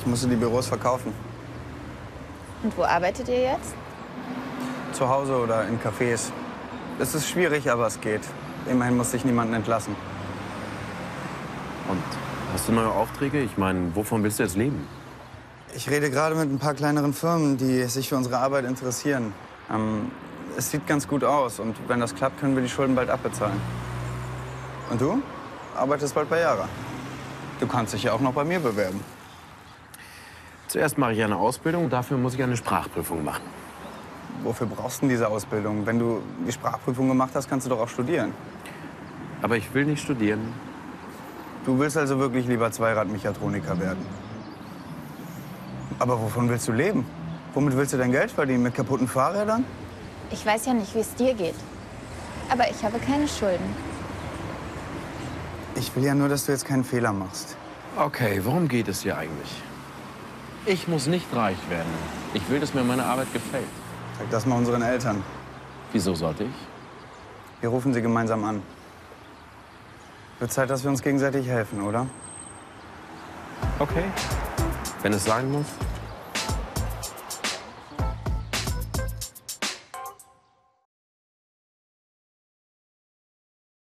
Ich musste die Büros verkaufen. Und wo arbeitet ihr jetzt? Zu Hause oder in Cafés. Es ist schwierig, aber es geht. Immerhin musste ich niemanden entlassen. Und hast du neue Aufträge? Ich meine, wovon willst du jetzt leben? Ich rede gerade mit ein paar kleineren Firmen, die sich für unsere Arbeit interessieren. Ähm, es sieht ganz gut aus und wenn das klappt, können wir die Schulden bald abbezahlen. Und du? Arbeitest bald bei Yara. Du kannst dich ja auch noch bei mir bewerben. Zuerst mache ich eine Ausbildung, dafür muss ich eine Sprachprüfung machen. Wofür brauchst du denn diese Ausbildung? Wenn du die Sprachprüfung gemacht hast, kannst du doch auch studieren. Aber ich will nicht studieren. Du willst also wirklich lieber Zweirad-Mechatroniker werden. Aber wovon willst du leben? Womit willst du dein Geld verdienen? Mit kaputten Fahrrädern? Ich weiß ja nicht, wie es dir geht. Aber ich habe keine Schulden. Ich will ja nur, dass du jetzt keinen Fehler machst. Okay, worum geht es hier eigentlich? Ich muss nicht reich werden. Ich will, dass mir meine Arbeit gefällt. Sag das mal unseren Eltern. Wieso sollte ich? Wir rufen sie gemeinsam an. Wird Zeit, dass wir uns gegenseitig helfen, oder? Okay. Wenn es sein muss.